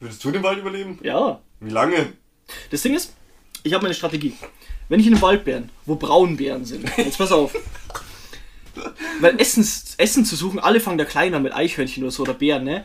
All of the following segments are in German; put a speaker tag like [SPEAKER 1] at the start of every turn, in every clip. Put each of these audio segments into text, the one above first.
[SPEAKER 1] Würdest du den Wald überleben?
[SPEAKER 2] Ja.
[SPEAKER 1] Wie lange?
[SPEAKER 2] Das Ding ist, ich habe meine Strategie. Wenn ich in den Wald bin, wo Braunbären sind, jetzt pass auf. Weil Essen, Essen zu suchen, alle fangen da klein an mit Eichhörnchen oder so oder Bären, ne?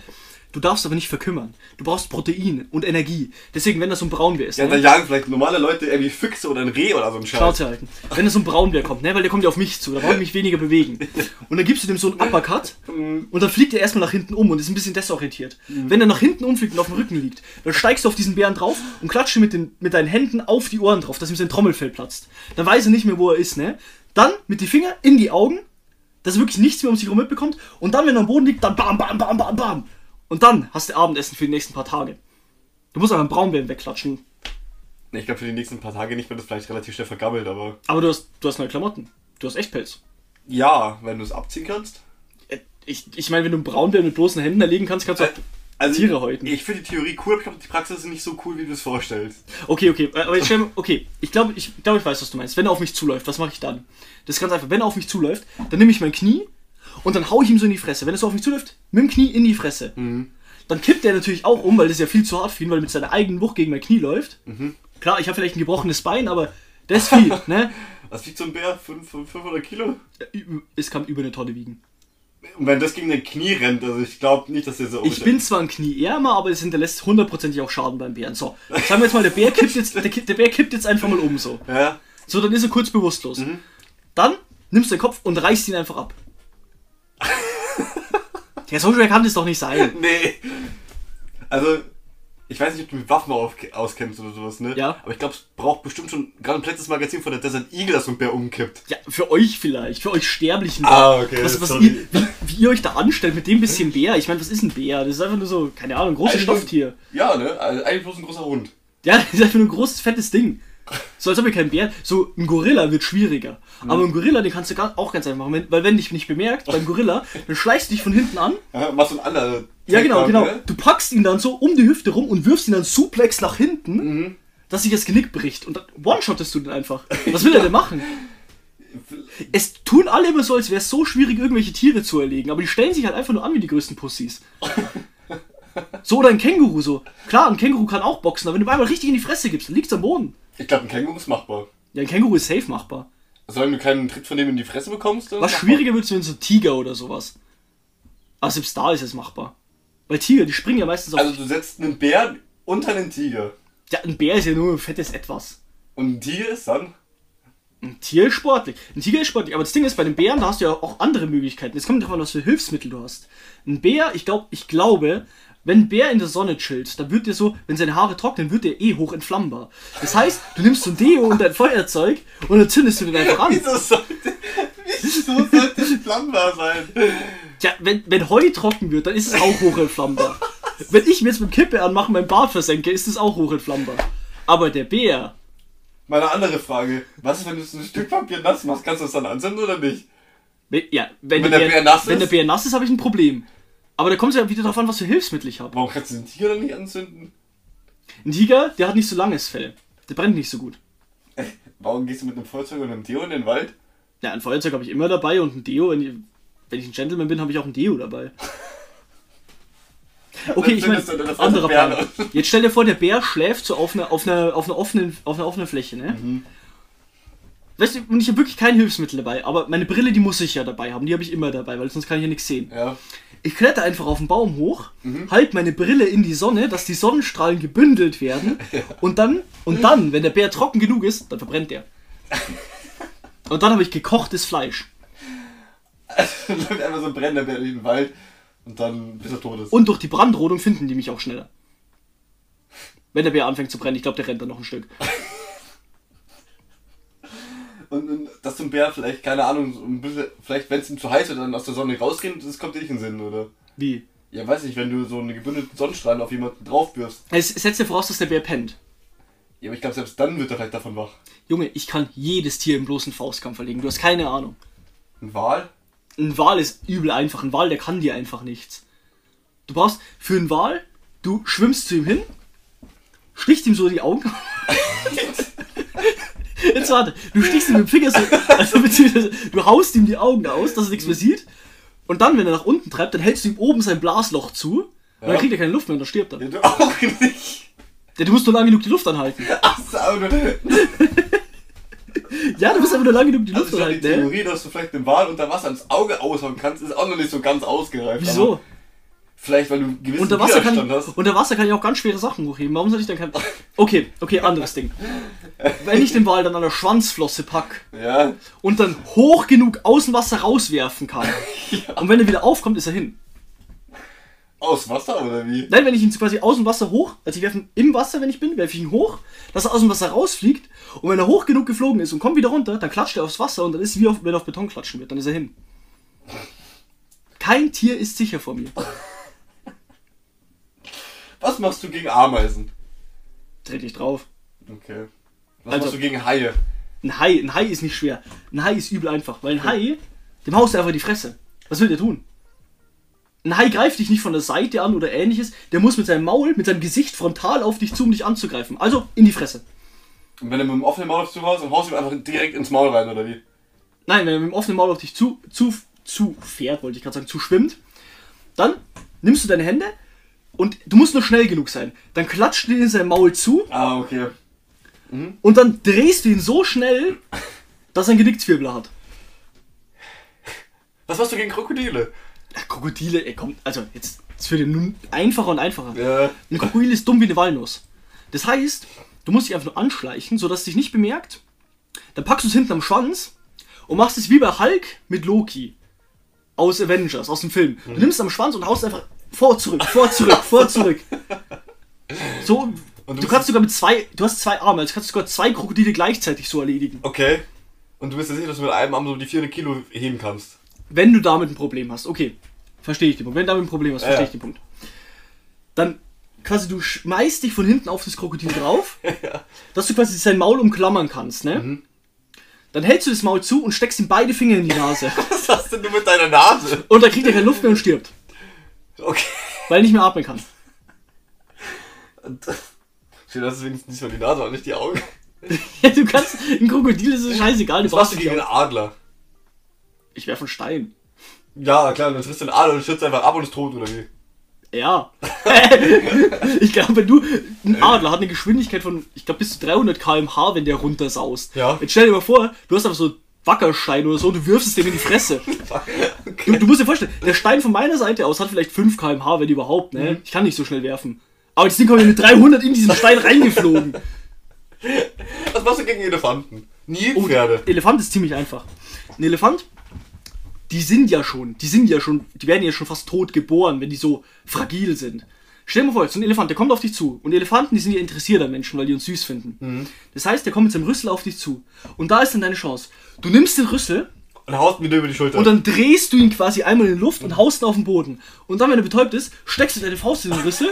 [SPEAKER 2] Du darfst aber nicht verkümmern. Du brauchst Protein und Energie. Deswegen, wenn das so ein Braunbär ist,
[SPEAKER 1] Ja, da
[SPEAKER 2] ne?
[SPEAKER 1] jagen vielleicht normale Leute irgendwie Füchse oder ein Reh oder so ein Scheiß.
[SPEAKER 2] Schnauze halten. Wenn das so ein Braunbär kommt, ne? Weil der kommt ja auf mich zu, da brauche ich mich weniger bewegen. Mhm. Und dann gibst du dem so einen Uppercut und dann fliegt er erstmal nach hinten um und ist ein bisschen desorientiert. Wenn er nach hinten umfliegt und auf dem Rücken liegt, dann steigst du auf diesen Bären drauf und klatscht ihn mit, den, mit deinen Händen auf die Ohren drauf, dass ihm sein Trommelfell platzt. Dann weiß er nicht mehr, wo er ist, ne? Dann mit die Finger in die Augen, dass er wirklich nichts mehr um sich herum mitbekommt und dann, wenn er am Boden liegt, dann bam, bam, bam, bam, bam. Und dann hast du Abendessen für die nächsten paar Tage. Du musst auch einen Braunbären wegklatschen.
[SPEAKER 1] Nee, Ich glaube für die nächsten paar Tage nicht, weil das Fleisch relativ schnell vergammelt, aber.
[SPEAKER 2] Aber du hast, du hast neue Klamotten. Du hast Echtpelz.
[SPEAKER 1] Ja, wenn du es abziehen kannst.
[SPEAKER 2] Äh, Ich, ich meine, wenn du einen Braunbär mit bloßen Händen erlegen kannst, kannst du auch.
[SPEAKER 1] Also
[SPEAKER 2] Tiere häuten.
[SPEAKER 1] Ich, ich finde die Theorie cool, aber ich glaube, die Praxis ist nicht so cool, wie du es vorstellst.
[SPEAKER 2] Okay, okay. äh, Aber ich stell mir, okay, ich glaube, ich, glaube, ich weiß, was du meinst. Wenn er auf mich zuläuft, was mache ich dann? Das ist ganz einfach. Wenn er auf mich zuläuft, dann nehme ich mein Knie und dann hau ich ihm so in die Fresse. Wenn er so auf mich zuläuft, mit dem Knie in die Fresse.
[SPEAKER 1] Mhm.
[SPEAKER 2] Dann kippt er natürlich auch um, weil das ist ja viel zu hart für ihn, weil er mit seiner eigenen Wucht gegen mein Knie läuft.
[SPEAKER 1] Mhm.
[SPEAKER 2] Klar, ich habe vielleicht ein gebrochenes Bein, aber das ist viel, ne? Äh,
[SPEAKER 1] Was wiegt so ein Bär? Fünf- fünf- 500 Kilo?
[SPEAKER 2] Ü- Es kann über eine Tonne wiegen.
[SPEAKER 1] Und wenn das gegen dein Knie rennt, also ich glaube nicht, dass der so
[SPEAKER 2] Ich bin zwar ein Knieärmer, aber es hinterlässt hundertprozentig auch Schaden beim Bären. So, sagen wir jetzt mal, der Bär kippt jetzt, der, ki- der Bär kippt jetzt einfach mal um so.
[SPEAKER 1] Ja?
[SPEAKER 2] So, dann ist er kurz bewusstlos.
[SPEAKER 1] Mhm.
[SPEAKER 2] Dann nimmst du den Kopf und reißt ihn einfach ab. ja, so schwer kann das doch nicht sein.
[SPEAKER 1] Nee. Also, ich weiß nicht, ob du mit Waffen auf, auskennst oder sowas, ne?
[SPEAKER 2] Ja.
[SPEAKER 1] Aber ich glaube, es braucht bestimmt schon gerade ein letztes Magazin von der Desert Eagle, dass so ein Bär umkippt.
[SPEAKER 2] Ja, für euch vielleicht, für euch Sterblichen.
[SPEAKER 1] Ah, okay,
[SPEAKER 2] Was, was
[SPEAKER 1] sorry.
[SPEAKER 2] ihr, wie, wie ihr euch da anstellt mit dem bisschen Bär. Ich meine, was ist ein Bär? Das ist einfach nur so, keine Ahnung, ein großes
[SPEAKER 1] Eigentlich nur-
[SPEAKER 2] Stofftier.
[SPEAKER 1] Ja, ne? Also, eigentlich bloß ein großer Hund.
[SPEAKER 2] Ja, das ist einfach nur ein großes, fettes Ding. So als ob ihr kein Bär. So ein Gorilla wird schwieriger. Aber ein Gorilla, den kannst du ga- auch ganz einfach machen. Wenn- Weil wenn dich nicht bemerkt, beim Gorilla, dann schleichst du dich von hinten an.
[SPEAKER 1] Ja, machst so ein anderer.
[SPEAKER 2] Ja, genau, genau.
[SPEAKER 1] Ne?
[SPEAKER 2] Du packst ihn dann so um die Hüfte rum und wirfst ihn dann suplex nach hinten,
[SPEAKER 1] Mhm.
[SPEAKER 2] dass sich das Genick bricht. Und dann one-shottest du den einfach. Was will er denn machen? Es tun alle immer so, als wäre es so schwierig, irgendwelche Tiere zu erlegen. Aber die stellen sich halt einfach nur an wie die größten Pussys. So, oder ein Känguru so. Klar, ein Känguru kann auch boxen, aber wenn du ihm einmal richtig in die Fresse gibst, dann liegt's am Boden.
[SPEAKER 1] Ich glaube, ein Känguru ist machbar.
[SPEAKER 2] Ja, ein Känguru ist safe machbar.
[SPEAKER 1] Solange du keinen Tritt von dem in die Fresse bekommst, dann.
[SPEAKER 2] Was
[SPEAKER 1] machbar.
[SPEAKER 2] schwieriger wird, wenn so ein Tiger oder sowas. Aber selbst da ist es machbar. Weil Tiger, die springen ja meistens auf.
[SPEAKER 1] Also, du setzt einen Bären unter einen Tiger.
[SPEAKER 2] ja, ein Bär ist ja nur ein fettes Etwas.
[SPEAKER 1] Und ein Tiger ist dann.
[SPEAKER 2] Ein Tier ist sportlich. Ein Tiger ist sportlich. Aber das Ding ist, bei den Bären, da hast du ja auch andere Möglichkeiten. Jetzt kommt drauf an, was für Hilfsmittel du hast. Ein Bär, ich, glaub, ich glaube, wenn ein Bär in der Sonne chillt, dann wird der so, wenn seine Haare trocknen, wird der eh hoch entflammbar. Das heißt, du nimmst so ein Deo und ein Feuerzeug und dann zündest du den einfach an.
[SPEAKER 1] Wieso sollte. Wieso sollte die flammbar sein?
[SPEAKER 2] Ja, wenn, wenn Heu trocken wird, dann ist es auch hoch entflammbar. Wenn ich mir jetzt mit dem Kippe anmache, meinen Bart versenke, ist es auch hoch entflammbar. Aber der Bär,
[SPEAKER 1] Meine andere Frage. Was ist, wenn du so ein Stück Papier nass machst? Kannst du das dann anzünden oder nicht?
[SPEAKER 2] wenn, ja, wenn,
[SPEAKER 1] Wenn der Bär nass
[SPEAKER 2] wenn der
[SPEAKER 1] ist?
[SPEAKER 2] Bär nass ist, habe ich ein Problem. Aber da kommt es ja wieder drauf an, was für Hilfsmittel ich habe.
[SPEAKER 1] Warum kannst du den Tiger dann nicht anzünden?
[SPEAKER 2] Ein Tiger, der hat nicht so langes Fell. Der brennt nicht so gut.
[SPEAKER 1] Warum gehst du mit einem Feuerzeug und einem Deo in den Wald?
[SPEAKER 2] Ja, ein Feuerzeug habe ich immer dabei und ein Deo. Wenn ich, wenn ich ein Gentleman bin, habe ich auch ein Deo dabei. Okay,
[SPEAKER 1] Dann
[SPEAKER 2] ich meine,
[SPEAKER 1] zündest du dann das
[SPEAKER 2] anderer
[SPEAKER 1] Bären
[SPEAKER 2] Plan.
[SPEAKER 1] an.
[SPEAKER 2] Jetzt stell dir vor, der Bär schläft so auf einer, auf einer, auf einer, offenen, auf einer offenen Fläche, ne?
[SPEAKER 1] Mhm.
[SPEAKER 2] Weißt du, und ich habe wirklich kein Hilfsmittel dabei, aber meine Brille, die muss ich ja dabei haben, die habe ich immer dabei, weil sonst kann ich ja nichts sehen.
[SPEAKER 1] Ja.
[SPEAKER 2] Ich kletter einfach auf den Baum hoch, halt meine Brille in die Sonne, dass die Sonnenstrahlen gebündelt werden. Und dann, und dann, wenn der Bär trocken genug ist, dann verbrennt er. Und dann habe ich gekochtes Fleisch.
[SPEAKER 1] Dann läuft einfach so ein brennender Bär durch den Wald und dann bis er tot ist.
[SPEAKER 2] Und durch die Brandrodung finden die mich auch schneller. Wenn der Bär anfängt zu brennen, ich glaube, der rennt dann noch ein Stück.
[SPEAKER 1] Und, und dass so ein Bär vielleicht, keine Ahnung, so ein bisschen, vielleicht wenn es ihm zu heiß wird, dann aus der Sonne rausgeht, das kommt dir nicht in den Sinn, oder?
[SPEAKER 2] Wie?
[SPEAKER 1] Ja, weiß nicht, wenn du so einen gebündelten Sonnenstrahl auf jemanden drauf wirfst.
[SPEAKER 2] Es setzt ja voraus, dass der Bär pennt.
[SPEAKER 1] Ja, aber ich glaube, selbst dann wird er vielleicht davon wach.
[SPEAKER 2] Junge, ich kann jedes Tier im bloßen Faustkampf erlegen. Du hast keine Ahnung.
[SPEAKER 1] Ein Wal?
[SPEAKER 2] Ein Wal ist übel einfach. Ein Wal, der kann dir einfach nichts. Du brauchst für einen Wal, du schwimmst zu ihm hin, stichst ihm so in die Augen. Jetzt warte, du stichst ihm mit dem Finger so, also beziehungsweise du haust ihm die Augen aus, dass er nichts mehr sieht. Und dann, wenn er nach unten treibt, dann hältst du ihm oben sein Blasloch zu Und dann kriegt er keine Luft mehr und dann stirbt er.
[SPEAKER 1] Ja, du auch nicht.
[SPEAKER 2] Ja, du musst nur lang genug die Luft anhalten.
[SPEAKER 1] Ach, Sau, du.
[SPEAKER 2] Ja, du musst einfach nur lang genug die Luft
[SPEAKER 1] Also schon die
[SPEAKER 2] anhalten, ne?
[SPEAKER 1] Theorie, dass du vielleicht dem Wal unter Wasser ins Auge aushauen kannst, ist auch noch nicht so ganz ausgereift.
[SPEAKER 2] Wieso?
[SPEAKER 1] Aber Vielleicht, weil du einen gewissen
[SPEAKER 2] Unter Wasser, kann,
[SPEAKER 1] Widerstand hast.
[SPEAKER 2] unter Wasser kann ich auch ganz schwere Sachen hochheben. Warum soll ich dann kein. Okay, okay, anderes Ding. Wenn ich den Wal dann an der Schwanzflosse pack
[SPEAKER 1] Ja.
[SPEAKER 2] und dann hoch genug aus dem Wasser rauswerfen kann und wenn er wieder aufkommt, ist er hin.
[SPEAKER 1] Aus Wasser oder wie?
[SPEAKER 2] Nein, wenn ich ihn quasi aus dem Wasser hoch, also ich werfe ihn im Wasser, wenn ich bin, werfe ich ihn hoch, dass er aus dem Wasser rausfliegt und wenn er hoch genug geflogen ist und kommt wieder runter, dann klatscht er aufs Wasser und dann ist es wie auf, wenn er auf Beton klatschen wird, dann ist er hin. Kein Tier ist sicher vor mir.
[SPEAKER 1] Was machst du gegen Ameisen?
[SPEAKER 2] Dreh dich drauf.
[SPEAKER 1] Okay. Was
[SPEAKER 2] Also-
[SPEAKER 1] machst du gegen Haie?
[SPEAKER 2] Ein Hai, ein Hai ist nicht schwer. Ein Hai ist übel einfach, weil ein Hai, dem haust du einfach in die Fresse. Was will der tun? Ein Hai greift dich nicht von der Seite an oder ähnliches, der muss mit seinem Maul, mit seinem Gesicht frontal auf dich zu, um dich anzugreifen. Also in die Fresse.
[SPEAKER 1] Und wenn du mit dem offenen Maul auf zu haust, dann haust du ihm einfach direkt ins Maul rein oder wie?
[SPEAKER 2] Nein, wenn er mit dem offenen Maul auf dich zu, zu, zu fährt, wollte ich gerade sagen, zu schwimmt, dann nimmst du deine Hände und du musst nur schnell genug sein. Dann klatscht du dir in sein Maul zu
[SPEAKER 1] Ah, okay.
[SPEAKER 2] und dann drehst du ihn so schnell, dass er einen Genickzwirbler hat.
[SPEAKER 1] Was machst du gegen Krokodile?
[SPEAKER 2] Ach, Krokodile, ey, komm, also jetzt, es wird ja nun einfacher und einfacher.
[SPEAKER 1] Ja.
[SPEAKER 2] Ein Krokodil ist dumm wie eine Walnuss. Das heißt, du musst dich einfach nur anschleichen, sodass es dich nicht bemerkt. Dann packst du es hinten am Schwanz und machst es wie bei Hulk mit Loki aus Avengers, aus dem Film.
[SPEAKER 1] Mhm.
[SPEAKER 2] Du nimmst es am Schwanz und haust einfach vor, zurück, vor, zurück, vor, zurück. So,
[SPEAKER 1] Und du
[SPEAKER 2] du,
[SPEAKER 1] bist-
[SPEAKER 2] kannst sogar mit zwei, du hast zwei Arme, also kannst du sogar zwei Krokodile gleichzeitig so erledigen,
[SPEAKER 1] Okay. Und du bist dir sicher, dass du mit einem Arm so die 400 Kilo heben kannst.
[SPEAKER 2] wenn du damit ein Problem hast. Okay, verstehe ich den Punkt. Wenn du damit ein Problem hast, verstehe
[SPEAKER 1] Ja.
[SPEAKER 2] ich den Punkt. Dann quasi du schmeißt dich von hinten auf das Krokodil drauf.
[SPEAKER 1] Ja. Mhm.
[SPEAKER 2] dass du quasi sein Maul umklammern kannst, ne? Dann hältst du das Maul zu und steckst ihm beide Finger in die Nase.
[SPEAKER 1] Was hast denn du mit deiner Nase?
[SPEAKER 2] Und dann kriegt er keine Luft mehr und stirbt,
[SPEAKER 1] Okay.
[SPEAKER 2] weil er nicht mehr atmen kann.
[SPEAKER 1] Schön, dass es wenigstens nicht nur die Nase und nicht die Augen.
[SPEAKER 2] Ja, du kannst, ein Krokodil ist es scheißegal, du
[SPEAKER 1] Was machst
[SPEAKER 2] brauchst
[SPEAKER 1] du
[SPEAKER 2] nicht.
[SPEAKER 1] gegen
[SPEAKER 2] auf-
[SPEAKER 1] einen Adler?
[SPEAKER 2] Ich werfe einen Stein.
[SPEAKER 1] Ja, klar, dann triffst du den Adler und schützt einfach ab und ist tot oder wie?
[SPEAKER 2] Ja. ich glaube, wenn du, ein Adler hat eine Geschwindigkeit von, ich glaube, bis zu 300 km/h, wenn der runtersaust.
[SPEAKER 1] Ja.
[SPEAKER 2] Jetzt stell dir mal vor, du hast einfach so einen Wackerstein oder so und du wirfst es dem in die Fresse. Du, du musst dir vorstellen, der Stein von meiner Seite aus hat vielleicht 5 km/h, wenn überhaupt, ne? Ich kann nicht so schnell werfen. Aber das Ding kommt ja mit 300 in diesen Stein reingeflogen.
[SPEAKER 1] Was machst du gegen Elefanten? Oh, Nie Pferde.
[SPEAKER 2] Elefant ist ziemlich einfach. Ein Elefant, die sind ja schon, die sind ja schon, die werden ja schon fast tot geboren, wenn die so fragil sind. Stell dir mal vor, so ein Elefant, der kommt auf dich zu. Und Elefanten, die sind ja interessiert an Menschen, weil die uns süß finden. Das heißt, der kommt mit seinem Rüssel auf dich zu. Und da ist dann deine Chance. Du nimmst den Rüssel
[SPEAKER 1] Und haust mir den über die Schulter.
[SPEAKER 2] und dann drehst du ihn quasi einmal in die Luft und haust ihn auf den Boden. Und dann, wenn er betäubt ist, steckst du deine Faust in den Rüssel.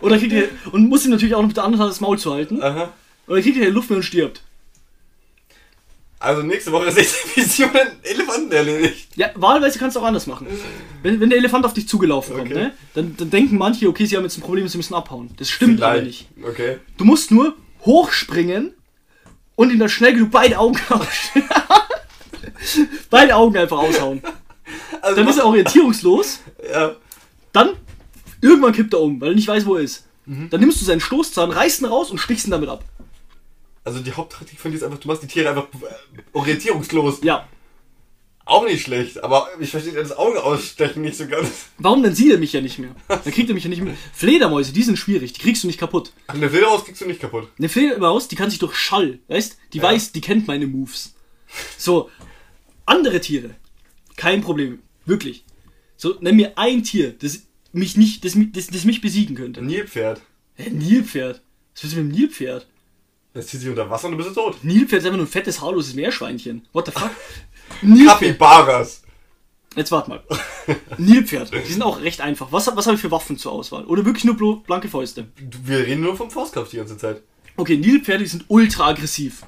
[SPEAKER 2] und, dann kriegt er, und musst ihm natürlich auch noch mit der anderen Hand das Maul zu halten.
[SPEAKER 1] Aha.
[SPEAKER 2] Und dann kriegt er die Luft mehr und stirbt.
[SPEAKER 1] Also nächste Woche ist die Vision einen Elefanten erledigt.
[SPEAKER 2] Ja, wahlweise kannst du auch anders machen. Wenn, wenn der Elefant auf dich zugelaufen kommt,
[SPEAKER 1] Okay.
[SPEAKER 2] ne, dann, dann denken manche, okay, sie haben jetzt ein Problem, sie müssen abhauen. Das stimmt aber nicht.
[SPEAKER 1] Okay.
[SPEAKER 2] Du musst nur hochspringen und ihm dann schnell genug beide Augen aushauen. beide Augen einfach aushauen.
[SPEAKER 1] Also
[SPEAKER 2] Dann ist er orientierungslos.
[SPEAKER 1] ja.
[SPEAKER 2] Dann irgendwann kippt er um, weil er nicht weiß, wo er ist. Dann nimmst du seinen Stoßzahn, reißt ihn raus und stichst ihn damit ab.
[SPEAKER 1] Also die Haupttaktik von dir ist einfach, du machst die Tiere einfach äh, orientierungslos.
[SPEAKER 2] Ja.
[SPEAKER 1] Auch nicht schlecht, aber ich verstehe das Auge ausstechen nicht so ganz.
[SPEAKER 2] Warum dann sieht er mich ja nicht mehr? Dann kriegt er mich ja nicht mehr. Fledermäuse, die sind schwierig, die kriegst du nicht kaputt.
[SPEAKER 1] Ach, Eine Fledermaus kriegst du nicht kaputt.
[SPEAKER 2] Eine Fledermaus, die kann sich durch Schall, weißt? Die weiß, die kennt meine Moves. So, andere Tiere, kein Problem, wirklich. So, nenn mir ein Tier, das mich nicht, das, mi- das, das mich besiegen könnte.
[SPEAKER 1] Nilpferd.
[SPEAKER 2] Hä, Nilpferd? Was willst du mit dem Nilpferd?
[SPEAKER 1] Das zieht sich unter Wasser und du bist tot.
[SPEAKER 2] Nilpferd ist einfach nur ein fettes, haarloses Meerschweinchen. What the fuck? Nilpferd.
[SPEAKER 1] Capybaras.
[SPEAKER 2] Jetzt warte mal. Nilpferd, die sind auch recht einfach. Was, hab- was habe ich für Waffen zur Auswahl? Oder wirklich nur blo- blanke Fäuste?
[SPEAKER 1] Du- Wir reden nur vom Faustkampf die ganze Zeit.
[SPEAKER 2] Okay, Nilpferde die sind ultra aggressiv.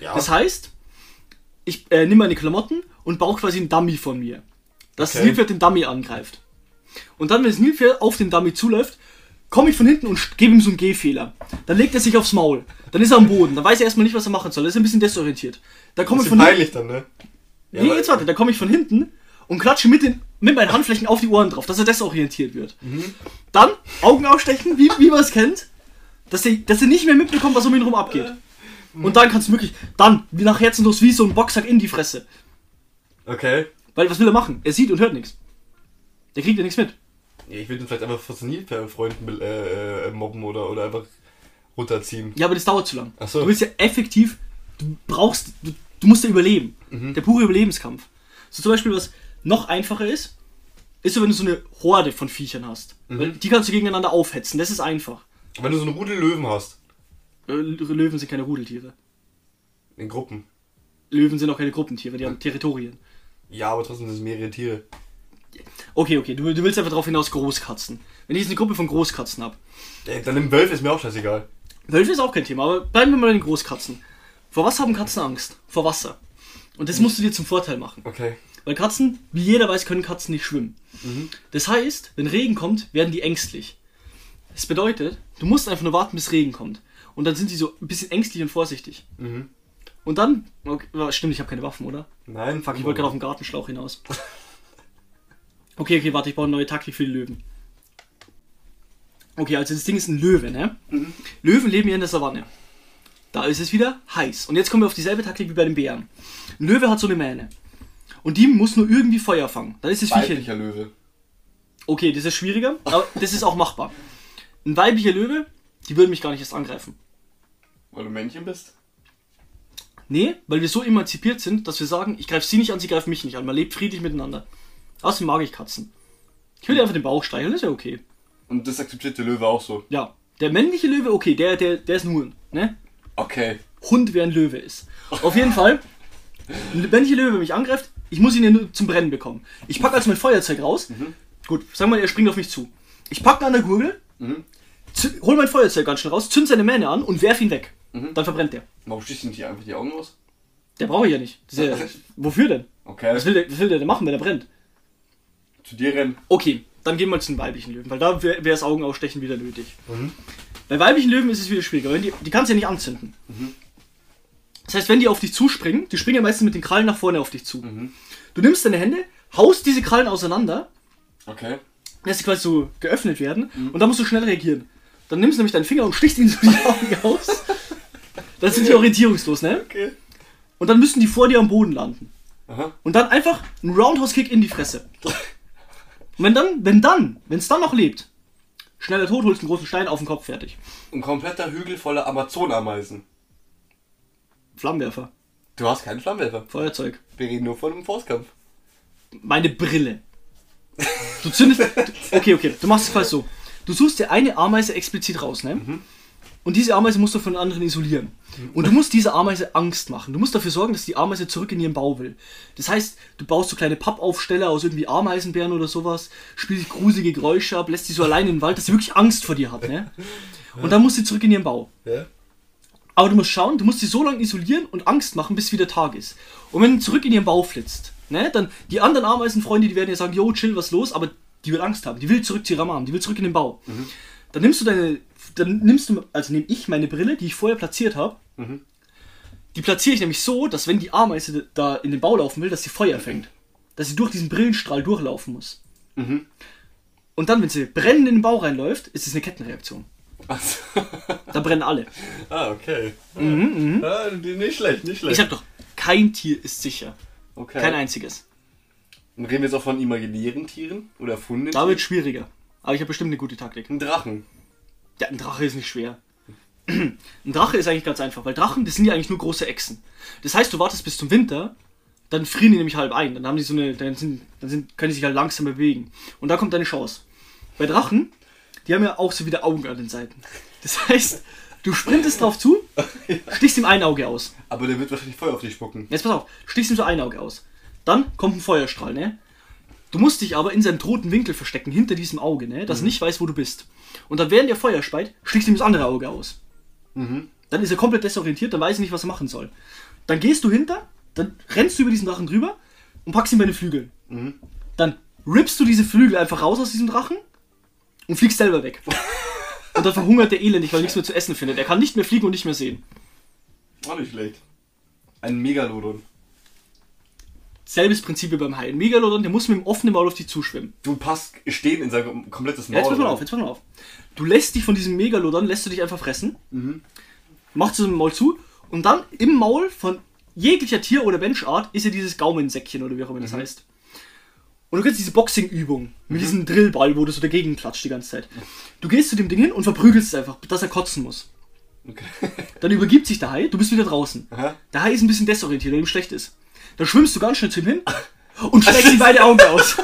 [SPEAKER 1] Ja.
[SPEAKER 2] Das heißt, ich äh, nehme meine Klamotten und baue quasi einen Dummy von mir. Dass das
[SPEAKER 1] Okay.
[SPEAKER 2] Nilpferd den Dummy angreift. Und dann, wenn das Nilpferd auf den Dummy zuläuft, komme ich von hinten und st- gebe ihm so einen Gehfehler. Dann legt er sich aufs Maul. Dann ist er am Boden. Dann weiß er erstmal nicht, was er machen soll. Er ist ein bisschen desorientiert. Da komme ich
[SPEAKER 1] Bisschen
[SPEAKER 2] von
[SPEAKER 1] peinlich
[SPEAKER 2] hinten.
[SPEAKER 1] dann, ne? Ja,
[SPEAKER 2] Nee,
[SPEAKER 1] aber-
[SPEAKER 2] jetzt warte, da komme ich von hinten und klatsche mit den mit meinen Handflächen auf die Ohren drauf, dass er desorientiert wird. Dann Augen ausstechen, wie, wie man es kennt, dass er, dass er nicht mehr mitbekommt, was um ihn rum abgeht. Und dann kannst du wirklich, dann, wie nach herzenlos, wie so ein Boxsack in die Fresse.
[SPEAKER 1] Okay.
[SPEAKER 2] Weil was will er machen? Er sieht und hört nichts. Der kriegt ja nichts mit.
[SPEAKER 1] Ja, ich würde ihn vielleicht einfach fasziniert per Freunden äh, äh, mobben oder, oder einfach runterziehen.
[SPEAKER 2] Ja, aber das dauert zu lang.
[SPEAKER 1] Ach so.
[SPEAKER 2] Du willst ja effektiv, du brauchst, du, du musst ja überleben.
[SPEAKER 1] Mhm.
[SPEAKER 2] Der pure Überlebenskampf. So zum Beispiel, was noch einfacher ist, ist so, wenn du so eine Horde von Viechern hast.
[SPEAKER 1] Mhm.
[SPEAKER 2] Weil die kannst du gegeneinander aufhetzen, das ist einfach.
[SPEAKER 1] Wenn du so einen Rudel Löwen hast,
[SPEAKER 2] Äh, Löwen sind keine Rudeltiere.
[SPEAKER 1] in Gruppen.
[SPEAKER 2] Löwen sind auch keine Gruppentiere, die haben Territorien.
[SPEAKER 1] Ja, aber trotzdem sind es mehrere Tiere.
[SPEAKER 2] Okay, okay, du, du willst einfach darauf hinaus Großkatzen. Wenn ich jetzt eine Gruppe von Großkatzen habe,
[SPEAKER 1] Ey, dann nimm Wölfe, ist mir auch scheißegal.
[SPEAKER 2] Wölfe ist auch kein Thema, aber bleiben wir mal bei den Großkatzen. Vor was haben Katzen Angst? Vor Wasser. Und
[SPEAKER 1] Mhm.
[SPEAKER 2] das musst du dir zum Vorteil machen.
[SPEAKER 1] Okay.
[SPEAKER 2] Weil Katzen, wie jeder weiß, können Katzen nicht schwimmen. Das heißt, wenn Regen kommt, werden die ängstlich. Das bedeutet, du musst einfach nur warten, bis Regen kommt. Und dann sind die so ein bisschen ängstlich und vorsichtig. Und dann. Okay, wa- stimmt, ich habe keine Waffen, oder?
[SPEAKER 1] Nein, fuck,
[SPEAKER 2] Ich wollte gerade auf den Gartenschlauch hinaus. Okay, okay, warte, ich brauche eine neue Taktik für die Löwen. Okay, also das Ding ist ein Löwe, ne? Löwen leben ja in der Savanne. Da ist es wieder heiß. Und jetzt kommen wir auf dieselbe Taktik wie bei den Bären. Ein Löwe hat so eine Mähne. Und die muss nur irgendwie Feuer fangen. Dann ist das Viech hin.
[SPEAKER 1] Weiblicher Löwe.
[SPEAKER 2] Okay, das ist schwieriger, aber das ist auch machbar. Ein weiblicher Löwe, die würden mich gar nicht erst angreifen.
[SPEAKER 1] Weil du Männchen bist?
[SPEAKER 2] Nee, weil wir so emanzipiert sind, dass wir sagen, ich greife sie nicht an, sie greifen mich nicht an. Man lebt friedlich miteinander. Außerdem mag ich Katzen. Ich will dir einfach den Bauch streicheln, das ist ja okay.
[SPEAKER 1] Und das akzeptiert der Löwe auch so.
[SPEAKER 2] Ja, der männliche Löwe, okay, der, der, der ist ein Huren, ne?
[SPEAKER 1] Okay.
[SPEAKER 2] Hund, wer ein Löwe ist. Auf jeden Fall, ein männlicher Löwe, wenn mich angreift, ich muss ihn ja nur zum Brennen bekommen. Ich packe also mein Feuerzeug raus. Gut, sagen wir mal, er springt auf mich zu. Ich packe an der Gurgel, zü- hol mein Feuerzeug ganz schnell raus, zünd seine Mähne an und werf ihn weg. Dann verbrennt der.
[SPEAKER 1] Warum stichst du nicht einfach die Augen aus?
[SPEAKER 2] Der brauche ich ja nicht. Das ist ja, wofür denn?
[SPEAKER 1] Okay.
[SPEAKER 2] Was will, der, was will der denn machen, wenn er brennt?
[SPEAKER 1] Zu dir rennen.
[SPEAKER 2] Okay, dann gehen wir mal zu den weiblichen Löwen, weil da wäre das Augenausstechen wieder nötig. Bei weiblichen Löwen ist es wieder schwieriger, weil die, die kannst du ja nicht anzünden. Das heißt, wenn die auf dich zuspringen, die springen ja meistens mit den Krallen nach vorne auf dich zu. Du nimmst deine Hände, haust diese Krallen auseinander,
[SPEAKER 1] Okay.
[SPEAKER 2] lässt sie quasi so geöffnet werden und dann musst du schnell reagieren. Dann nimmst du nämlich deinen Finger und stichst ihnen so die Augen aus. Dann sind die orientierungslos, ne?
[SPEAKER 1] Okay.
[SPEAKER 2] Und dann müssen die vor dir am Boden landen.
[SPEAKER 1] Aha.
[SPEAKER 2] Und dann einfach einen Roundhouse-Kick in die Fresse. Und wenn dann, wenn dann, wenn es dann noch lebt, schneller tot, holst einen großen Stein auf den Kopf, fertig.
[SPEAKER 1] Ein kompletter Hügel voller Amazonameisen.
[SPEAKER 2] Flammenwerfer,
[SPEAKER 1] Du hast keinen Flammenwerfer.
[SPEAKER 2] Feuerzeug,
[SPEAKER 1] Wir reden nur von einem Faustkampf.
[SPEAKER 2] meine Brille. Du zündest. Okay, okay, du machst es quasi so. Du suchst dir eine Ameise explizit raus, ne? Und diese Ameise musst du von anderen isolieren. Und du musst dieser Ameise Angst machen. Du musst dafür sorgen, dass die Ameise zurück in ihren Bau will. Das heißt, du baust so kleine Pappaufsteller aus irgendwie Ameisenbären oder sowas, spielst gruselige Geräusche ab, lässt sie so allein in den Wald, dass sie wirklich Angst vor dir hat, ne? Und dann muss sie zurück in ihren Bau.
[SPEAKER 1] Ja?
[SPEAKER 2] Aber du musst schauen, du musst sie so lange isolieren und Angst machen, bis wieder Tag ist. Und wenn du zurück in ihren Bau flitzt, ne, dann die anderen Ameisenfreunde, die werden ja sagen, yo, chill, was los, aber die will Angst haben, die will zurück zu ihrer Mom, die will zurück in den Bau. Dann nimmst du deine, dann nimmst du, also nehme ich meine Brille, die ich vorher platziert habe, die platziere ich nämlich so, dass wenn die Ameise da in den Bau laufen will, dass sie Feuer fängt. Dass sie durch diesen Brillenstrahl durchlaufen muss. Und dann, wenn sie brennend in den Bau reinläuft, ist es eine Kettenreaktion.
[SPEAKER 1] Ach so.
[SPEAKER 2] Da brennen alle.
[SPEAKER 1] Also, ah, okay. Ah, nicht schlecht, nicht
[SPEAKER 2] Ich
[SPEAKER 1] schlecht.
[SPEAKER 2] sag doch, kein Tier ist sicher.
[SPEAKER 1] okay.
[SPEAKER 2] Kein einziges.
[SPEAKER 1] Dann reden wir jetzt auch von imaginären Tieren oder erfundenen
[SPEAKER 2] Da wird schwieriger. Aber ich habe bestimmt eine gute Taktik.
[SPEAKER 1] Tieren. Ein Drachen.
[SPEAKER 2] Ja, ein Drache ist nicht schwer. Ein Drache ist eigentlich ganz einfach, weil Drachen, das sind ja eigentlich nur große Echsen. Das heißt, du wartest bis zum Winter, dann frieren die nämlich halb ein. Dann haben die so eine, dann, sind, dann sind, können die sich halt langsam bewegen. Und da kommt deine Chance. Bei Drachen, die haben ja auch so wieder Augen an den Seiten. Das heißt, du sprintest drauf zu, stichst ihm ein Auge aus.
[SPEAKER 1] Aber der wird wahrscheinlich Feuer auf dich spucken.
[SPEAKER 2] Jetzt pass auf, du stichst ihm so ein Auge aus. Dann kommt ein Feuerstrahl, ne? Du musst dich aber in seinem toten Winkel verstecken, hinter diesem Auge, ne? Dass er nicht weiß, wo du bist. Und dann, während der Feuer speit, stichst ihm das andere Auge aus. Dann ist er komplett desorientiert, dann weiß er nicht, was er machen soll. Dann gehst du hinter, dann rennst du über diesen Drachen drüber und packst ihm bei den Flügeln. Dann rippst du diese Flügel einfach raus aus diesem Drachen und fliegst selber weg. und dann verhungert der elendig, weil er nichts mehr zu essen findet. Er kann nicht mehr fliegen und nicht mehr sehen.
[SPEAKER 1] Auch nicht schlecht. Ein Megalodon.
[SPEAKER 2] selbes Prinzip wie beim Hai. Ein Megalodon, der muss mit dem offenen Maul auf dich zuschwimmen.
[SPEAKER 1] Du passt stehen in sein kom- komplettes
[SPEAKER 2] Ja,
[SPEAKER 1] Maul.
[SPEAKER 2] jetzt pass mal auf, jetzt pass mal auf. Du lässt dich von diesem Megalodon, lässt du dich einfach fressen, machst es im Maul zu und dann im Maul von jeglicher Tier- oder Menschart ist ja dieses Gaumensäckchen oder wie auch immer das heißt. Und du kennst diese Boxing-Übung mit diesem Drillball, wo du so dagegen klatscht die ganze Zeit. Du gehst zu dem Ding hin und verprügelst es einfach, dass er kotzen muss.
[SPEAKER 1] Okay.
[SPEAKER 2] Dann übergibt sich der Hai, du bist wieder draußen.
[SPEAKER 1] Aha.
[SPEAKER 2] Der Hai ist ein bisschen desorientiert, weil ihm schlecht ist. Dann schwimmst du ganz schnell zu ihm hin und schlägst ihm beide Augen aus.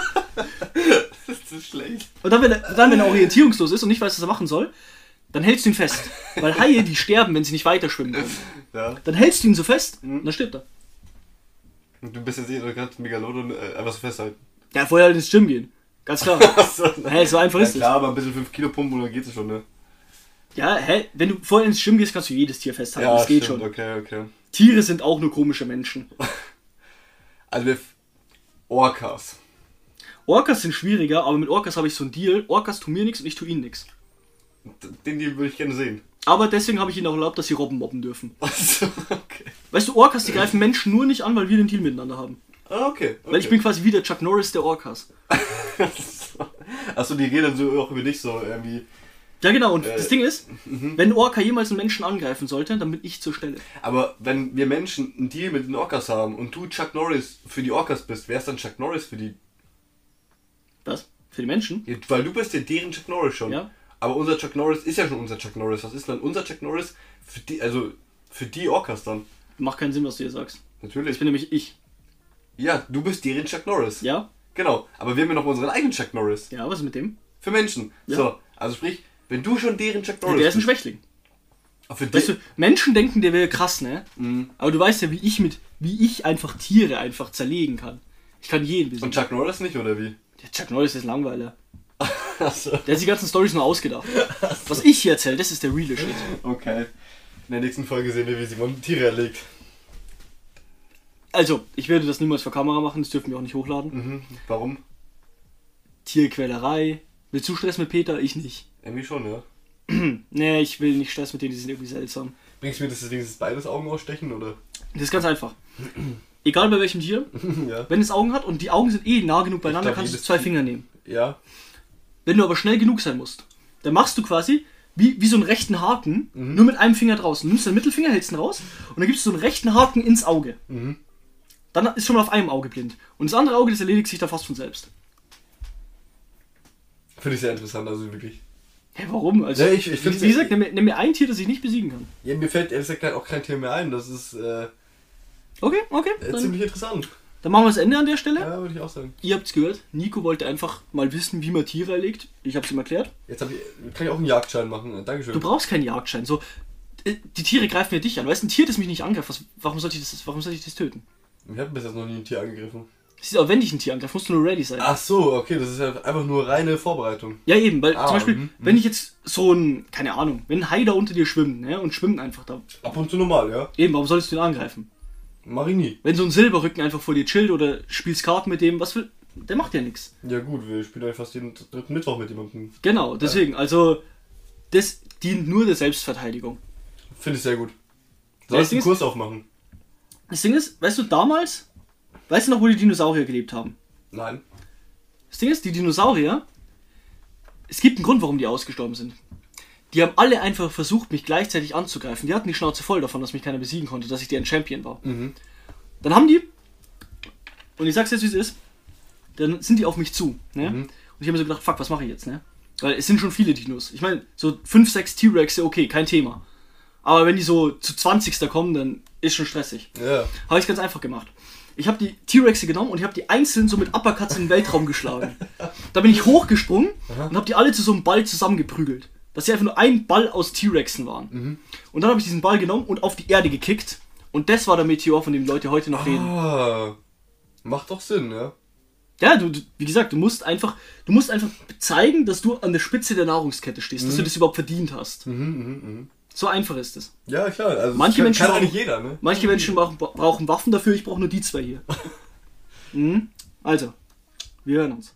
[SPEAKER 1] Das ist schlecht.
[SPEAKER 2] Und dann wenn, er, dann, wenn er orientierungslos ist und nicht weiß, was er machen soll, dann hältst du ihn fest. Weil Haie, die sterben, wenn sie nicht weiterschwimmen können.
[SPEAKER 1] Ja.
[SPEAKER 2] Dann hältst du ihn so fest
[SPEAKER 1] Mhm.
[SPEAKER 2] und dann stirbt er.
[SPEAKER 1] Und du bist jetzt eh, du kannst Megalodon äh, einfach so festhalten.
[SPEAKER 2] Ja, vorher halt ins Gym gehen. Ganz klar.
[SPEAKER 1] Achso.
[SPEAKER 2] Hä, so einfach
[SPEAKER 1] Ja,
[SPEAKER 2] ist es.
[SPEAKER 1] klar, aber ein bisschen 5 Kilo pumpen und dann geht's schon, ne?
[SPEAKER 2] Ja, hä? Wenn du vorher ins Gym gehst, kannst du jedes Tier festhalten. das geht
[SPEAKER 1] stimmt,
[SPEAKER 2] schon.
[SPEAKER 1] Okay, okay.
[SPEAKER 2] Tiere sind auch nur komische Menschen.
[SPEAKER 1] Also wir. f- Orcas.
[SPEAKER 2] Orcas sind schwieriger, aber mit Orcas habe ich so einen Deal. Orcas tun mir nichts und ich tue ihnen nichts.
[SPEAKER 1] D- Den die würde ich gerne sehen.
[SPEAKER 2] Aber deswegen habe ich ihnen auch erlaubt, dass sie Robben mobben dürfen.
[SPEAKER 1] Achso, okay.
[SPEAKER 2] Weißt du, Orcas, die greifen Menschen nur nicht an, weil wir den Deal miteinander haben.
[SPEAKER 1] Ah, okay. okay.
[SPEAKER 2] Weil ich bin quasi wie der Chuck Norris der Orcas.
[SPEAKER 1] Achso, die reden dann so auch über dich so irgendwie.
[SPEAKER 2] Ja, genau. Und
[SPEAKER 1] Äh,
[SPEAKER 2] das Ding ist, wenn ein Orca jemals einen Menschen angreifen sollte, dann bin ich zur Stelle.
[SPEAKER 1] Aber wenn wir Menschen einen Deal mit den Orcas haben und du Chuck Norris für die Orcas bist, wer ist dann Chuck Norris für die?
[SPEAKER 2] Was? Für die Menschen?
[SPEAKER 1] Ja, Weil du bist ja deren Chuck Norris schon.
[SPEAKER 2] Ja.
[SPEAKER 1] Aber unser Chuck Norris ist ja schon unser Chuck Norris. Was ist denn dann unser Chuck Norris für die, also für die Orcas dann?
[SPEAKER 2] Macht keinen Sinn, was du hier sagst.
[SPEAKER 1] Natürlich.
[SPEAKER 2] Ich bin nämlich ich.
[SPEAKER 1] Ja, du bist deren Chuck Norris.
[SPEAKER 2] Ja?
[SPEAKER 1] Genau. Aber wir haben ja noch unseren eigenen Chuck Norris.
[SPEAKER 2] Ja, was ist mit dem?
[SPEAKER 1] Für Menschen.
[SPEAKER 2] Ja.
[SPEAKER 1] So, also sprich, wenn du schon deren Chuck
[SPEAKER 2] Ja,
[SPEAKER 1] Norris
[SPEAKER 2] der ist ein
[SPEAKER 1] bist.
[SPEAKER 2] Schwächling.
[SPEAKER 1] Aber für
[SPEAKER 2] Weißt
[SPEAKER 1] dich-
[SPEAKER 2] du, Menschen denken, der wäre krass, ne?
[SPEAKER 1] Mhm.
[SPEAKER 2] Aber du weißt ja, wie ich mit, wie ich einfach Tiere einfach zerlegen kann. Ich kann jeden besiegen.
[SPEAKER 1] Und Chuck Norris nicht, oder wie?
[SPEAKER 2] Der Chuck Norris ist langweiler.
[SPEAKER 1] Achso.
[SPEAKER 2] Der hat die ganzen Stories nur ausgedacht. Was ich hier erzähle, das ist der reale Shit.
[SPEAKER 1] Okay. In der nächsten Folge sehen wir, wie Simon Tiere erlegt.
[SPEAKER 2] Also, ich werde das niemals vor Kamera machen, das dürfen wir auch nicht hochladen.
[SPEAKER 1] Mhm. Warum?
[SPEAKER 2] Tierquälerei. Willst du Stress mit Peter? Ich nicht.
[SPEAKER 1] Irgendwie schon, ja.
[SPEAKER 2] Nee, ich will nicht Stress mit denen, die sind irgendwie seltsam.
[SPEAKER 1] Bringst du mir das deswegen das beides Augen ausstechen, oder?
[SPEAKER 2] Das ist ganz einfach. Egal bei welchem Tier,
[SPEAKER 1] ja.
[SPEAKER 2] wenn es Augen hat und die Augen sind eh nah genug beieinander,
[SPEAKER 1] glaub,
[SPEAKER 2] kannst du
[SPEAKER 1] jedes
[SPEAKER 2] zwei
[SPEAKER 1] Tier-
[SPEAKER 2] Finger nehmen.
[SPEAKER 1] Ja.
[SPEAKER 2] Wenn du aber schnell genug sein musst, dann machst du quasi wie, wie so einen rechten Haken,
[SPEAKER 1] Mhm.
[SPEAKER 2] nur mit einem Finger draußen. Nimmst den Mittelfinger, hältst ihn raus und dann gibst du so einen rechten Haken ins Auge.
[SPEAKER 1] Mhm.
[SPEAKER 2] Dann ist schon mal auf einem Auge blind. Und das andere Auge, das erledigt sich dann fast von selbst.
[SPEAKER 1] Finde ich sehr interessant, also wirklich.
[SPEAKER 2] Hä, warum? Also,
[SPEAKER 1] Ja, ich- ich find's- eh-
[SPEAKER 2] wie, wie gesagt, nimm mir, nimm mir ein Tier, das ich nicht besiegen kann.
[SPEAKER 1] Ja, mir fällt ehrlich gesagt auch kein Tier mehr ein. Das ist äh,
[SPEAKER 2] Okay, okay.
[SPEAKER 1] äh,
[SPEAKER 2] Dann,
[SPEAKER 1] ziemlich interessant.
[SPEAKER 2] dann machen wir das Ende an der Stelle.
[SPEAKER 1] Ja, würde ich auch sagen.
[SPEAKER 2] Ihr habt's gehört. Nico wollte einfach mal wissen, wie man Tiere erlegt. Ich hab's ihm erklärt.
[SPEAKER 1] Jetzt hab ich, kann ich auch einen Jagdschein machen. Dankeschön.
[SPEAKER 2] Du brauchst keinen Jagdschein. So, äh, die Tiere greifen ja dich an. Weißt du, ein Tier, das mich nicht angreift, was, warum, sollte ich das, warum sollte ich das töten?
[SPEAKER 1] ich habe bis jetzt noch nie ein Tier angegriffen.
[SPEAKER 2] Es ist auch, wenn dich ein Tier angreift, musst du nur ready sein.
[SPEAKER 1] Ach so, okay, das ist ja einfach nur reine Vorbereitung.
[SPEAKER 2] Ja, eben, weil
[SPEAKER 1] Ah,
[SPEAKER 2] zum Beispiel,
[SPEAKER 1] mhm,
[SPEAKER 2] wenn ich jetzt so ein, keine Ahnung, wenn ein Hai da unter dir schwimmt, ne, und schwimmt einfach da.
[SPEAKER 1] Ab und zu normal, ja.
[SPEAKER 2] Eben, warum solltest du ihn angreifen?
[SPEAKER 1] Mach ich nie.
[SPEAKER 2] Wenn so ein Silberrücken einfach vor dir chillt oder spielst Karten mit dem, was will. Der macht ja nichts.
[SPEAKER 1] Ja gut, wir spielen eigentlich fast jeden dritten Mittwoch mit jemandem.
[SPEAKER 2] Genau, deswegen, also, das dient nur der Selbstverteidigung.
[SPEAKER 1] Finde ich sehr gut.
[SPEAKER 2] Ja, das
[SPEAKER 1] Sollst du
[SPEAKER 2] Ding
[SPEAKER 1] einen
[SPEAKER 2] ist-
[SPEAKER 1] Kurs aufmachen?
[SPEAKER 2] Das Ding ist, weißt du, damals, weißt du noch, wo die Dinosaurier gelebt haben?
[SPEAKER 1] Nein.
[SPEAKER 2] Das Ding ist, die Dinosaurier, es gibt einen Grund, warum die ausgestorben sind. Die haben alle einfach versucht, mich gleichzeitig anzugreifen. Die hatten die Schnauze voll davon, dass mich keiner besiegen konnte, dass ich deren Champion war. Dann haben die, und ich sag's jetzt, wie es ist, dann sind die auf mich zu. Ne? Und ich habe mir so gedacht, fuck, was mache ich jetzt? Ne? Weil es sind schon viele Dinos. Ich meine, so 5, 6 T-Rexe, okay, kein Thema. Aber wenn die so zu 20. da kommen, dann ist schon stressig.
[SPEAKER 1] Ja.
[SPEAKER 2] Habe ich ganz einfach gemacht. Ich habe die T-Rexe genommen und ich habe die einzeln so mit Uppercuts in den Weltraum geschlagen. Da bin ich hochgesprungen und habe die alle zu so einem Ball zusammengeprügelt. Dass sie einfach nur ein Ball aus T-Rexen waren. Und dann habe ich diesen Ball genommen und auf die Erde gekickt. Und das war der Meteor, von dem Leute heute noch reden.
[SPEAKER 1] Ah, macht doch Sinn, ja.
[SPEAKER 2] Ja, du, du, wie gesagt, du musst einfach, du musst einfach zeigen, dass du an der Spitze der Nahrungskette stehst, dass du das überhaupt verdient hast. So einfach ist es.
[SPEAKER 1] Mhm, Ja, klar. Also
[SPEAKER 2] Manche
[SPEAKER 1] kann,
[SPEAKER 2] Menschen
[SPEAKER 1] kann
[SPEAKER 2] brauchen-
[SPEAKER 1] eigentlich jeder, ne?
[SPEAKER 2] Manche Menschen brauchen, brauchen Waffen dafür, ich brauche nur die zwei hier. mhm. Also, wir hören uns.